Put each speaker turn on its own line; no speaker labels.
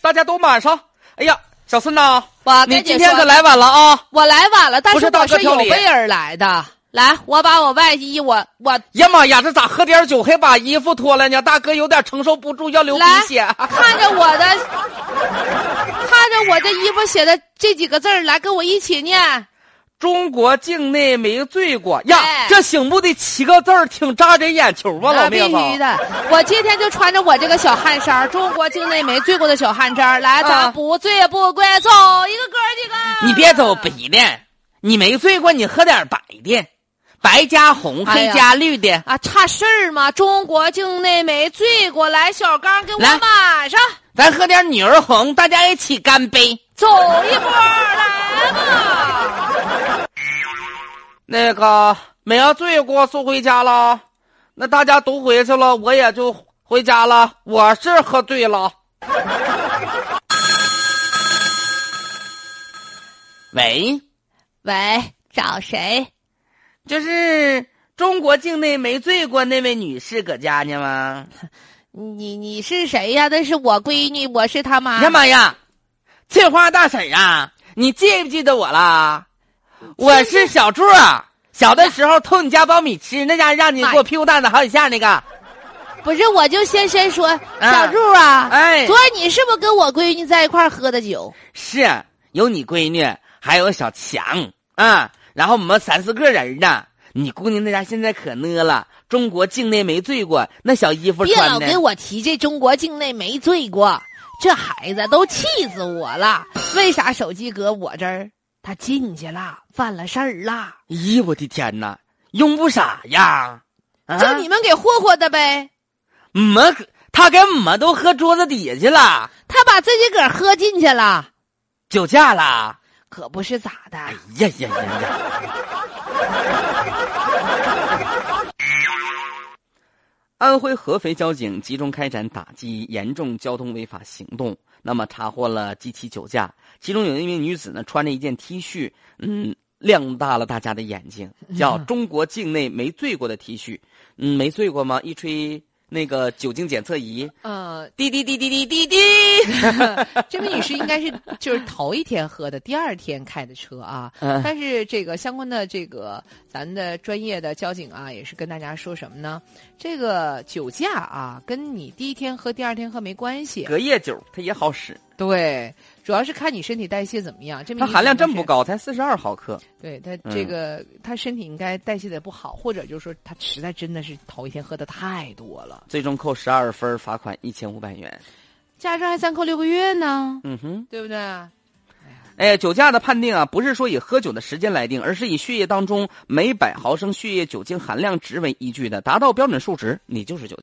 大家都满上。哎呀，小孙呐，
我
你
跟
今
你
天可
啊说，
来晚了啊！
我来晚了，但
不
是
是大
我
哥
是有
挑理
备而来的。来，我把我外衣，我我
呀妈呀，这咋喝点酒还把衣服脱了呢？大哥有点承受不住，要流鼻
来
血。
看着我的，看着我这衣服写的这几个字儿，来跟我一起念。
中国境内没罪过呀
哎！
这醒目的七个字儿挺扎人眼球吧，
那
老
必
妹子？
须的！我今天就穿着我这个小汗衫儿，中国境内没醉过的小汗衫儿，来，咱
啊
不醉不归，走一个哥儿几个。
你别走白的，你没醉过，你喝点白的，白加红，
哎
黑
呀
加绿的。
啊，差事儿吗？中国境内没醉过，来，小刚给我
来
满上，
咱喝点女儿红，大家一起干杯。
走一波儿，来吧！
那个没有罪过，送回家了。那大家都回去了，我也就回家了。我是喝醉了。喂，
喂，找谁？
就是中国境内没罪过那位女士搁家呢吗？
你你是谁呀？那是我闺女，我是她妈。
呀妈呀，翠花大婶啊，你记不记得我啦？我是小柱啊，小的时候偷你家苞米吃，那家伙让你给我屁股蛋子好几下那个。
不是，我就先先说，小柱啊，
哎
昨晚你是不是跟我闺女在一块儿喝的酒？
是啊有你闺女，还有小强啊，然后我们三四个人呢。你姑娘那家现在可讷了，中国境内没罪过，那小衣服
别老
穿
给
的。
我提这中国境内没罪过，这孩子都气死我了。为啥手机搁我这儿？他进去了，犯了事儿了，
咦，哎我的天哪，用不傻呀？啊，
这你们给霍霍的呗。
我们可他跟我们都喝桌子底下去了，
他把自己个儿喝进去了，
酒驾了。
可不是咋的。
哎呀呀呀呀！安徽合肥交警集中开展打击严重交通违法行动，那么查获了几起酒驾，其中有一名女子呢穿着一件 T 恤，嗯，亮大了大家的眼睛，叫“中国境内没醉过的 T 恤”，嗯，没醉过吗？一吹那个酒精检测仪，
呃，
滴滴滴滴滴滴滴，
这位女士应该是就是头一天喝的，第二天开的车啊。
嗯
但是这个相关的这个咱的专业的交警啊，也是跟大家说什么呢？这个酒驾啊，跟你第一天喝、第二天喝没关系。
隔夜酒它也好使，
对，主要是看你身体代谢怎么样。这名
它
医
含量
生
真
是
不。高，才四十二毫克。
对他
嗯
这个、他身体应该代谢的不好，或者就是说他实在真的是头一天喝的太多了，
最终扣十二分，罚款一千五百元。
驾照还暂扣六个月呢，
嗯哼，
对不对？
哎，酒驾的判定啊，不是说以喝酒的时间来定，而是以血液当中每百毫升血液酒精含量值为依据的，达到标准数值，你就是酒。